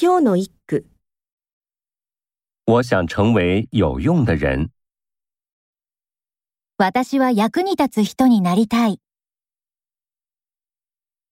今日の一句、我想成为有用的人。私は役に立つ人になりたい。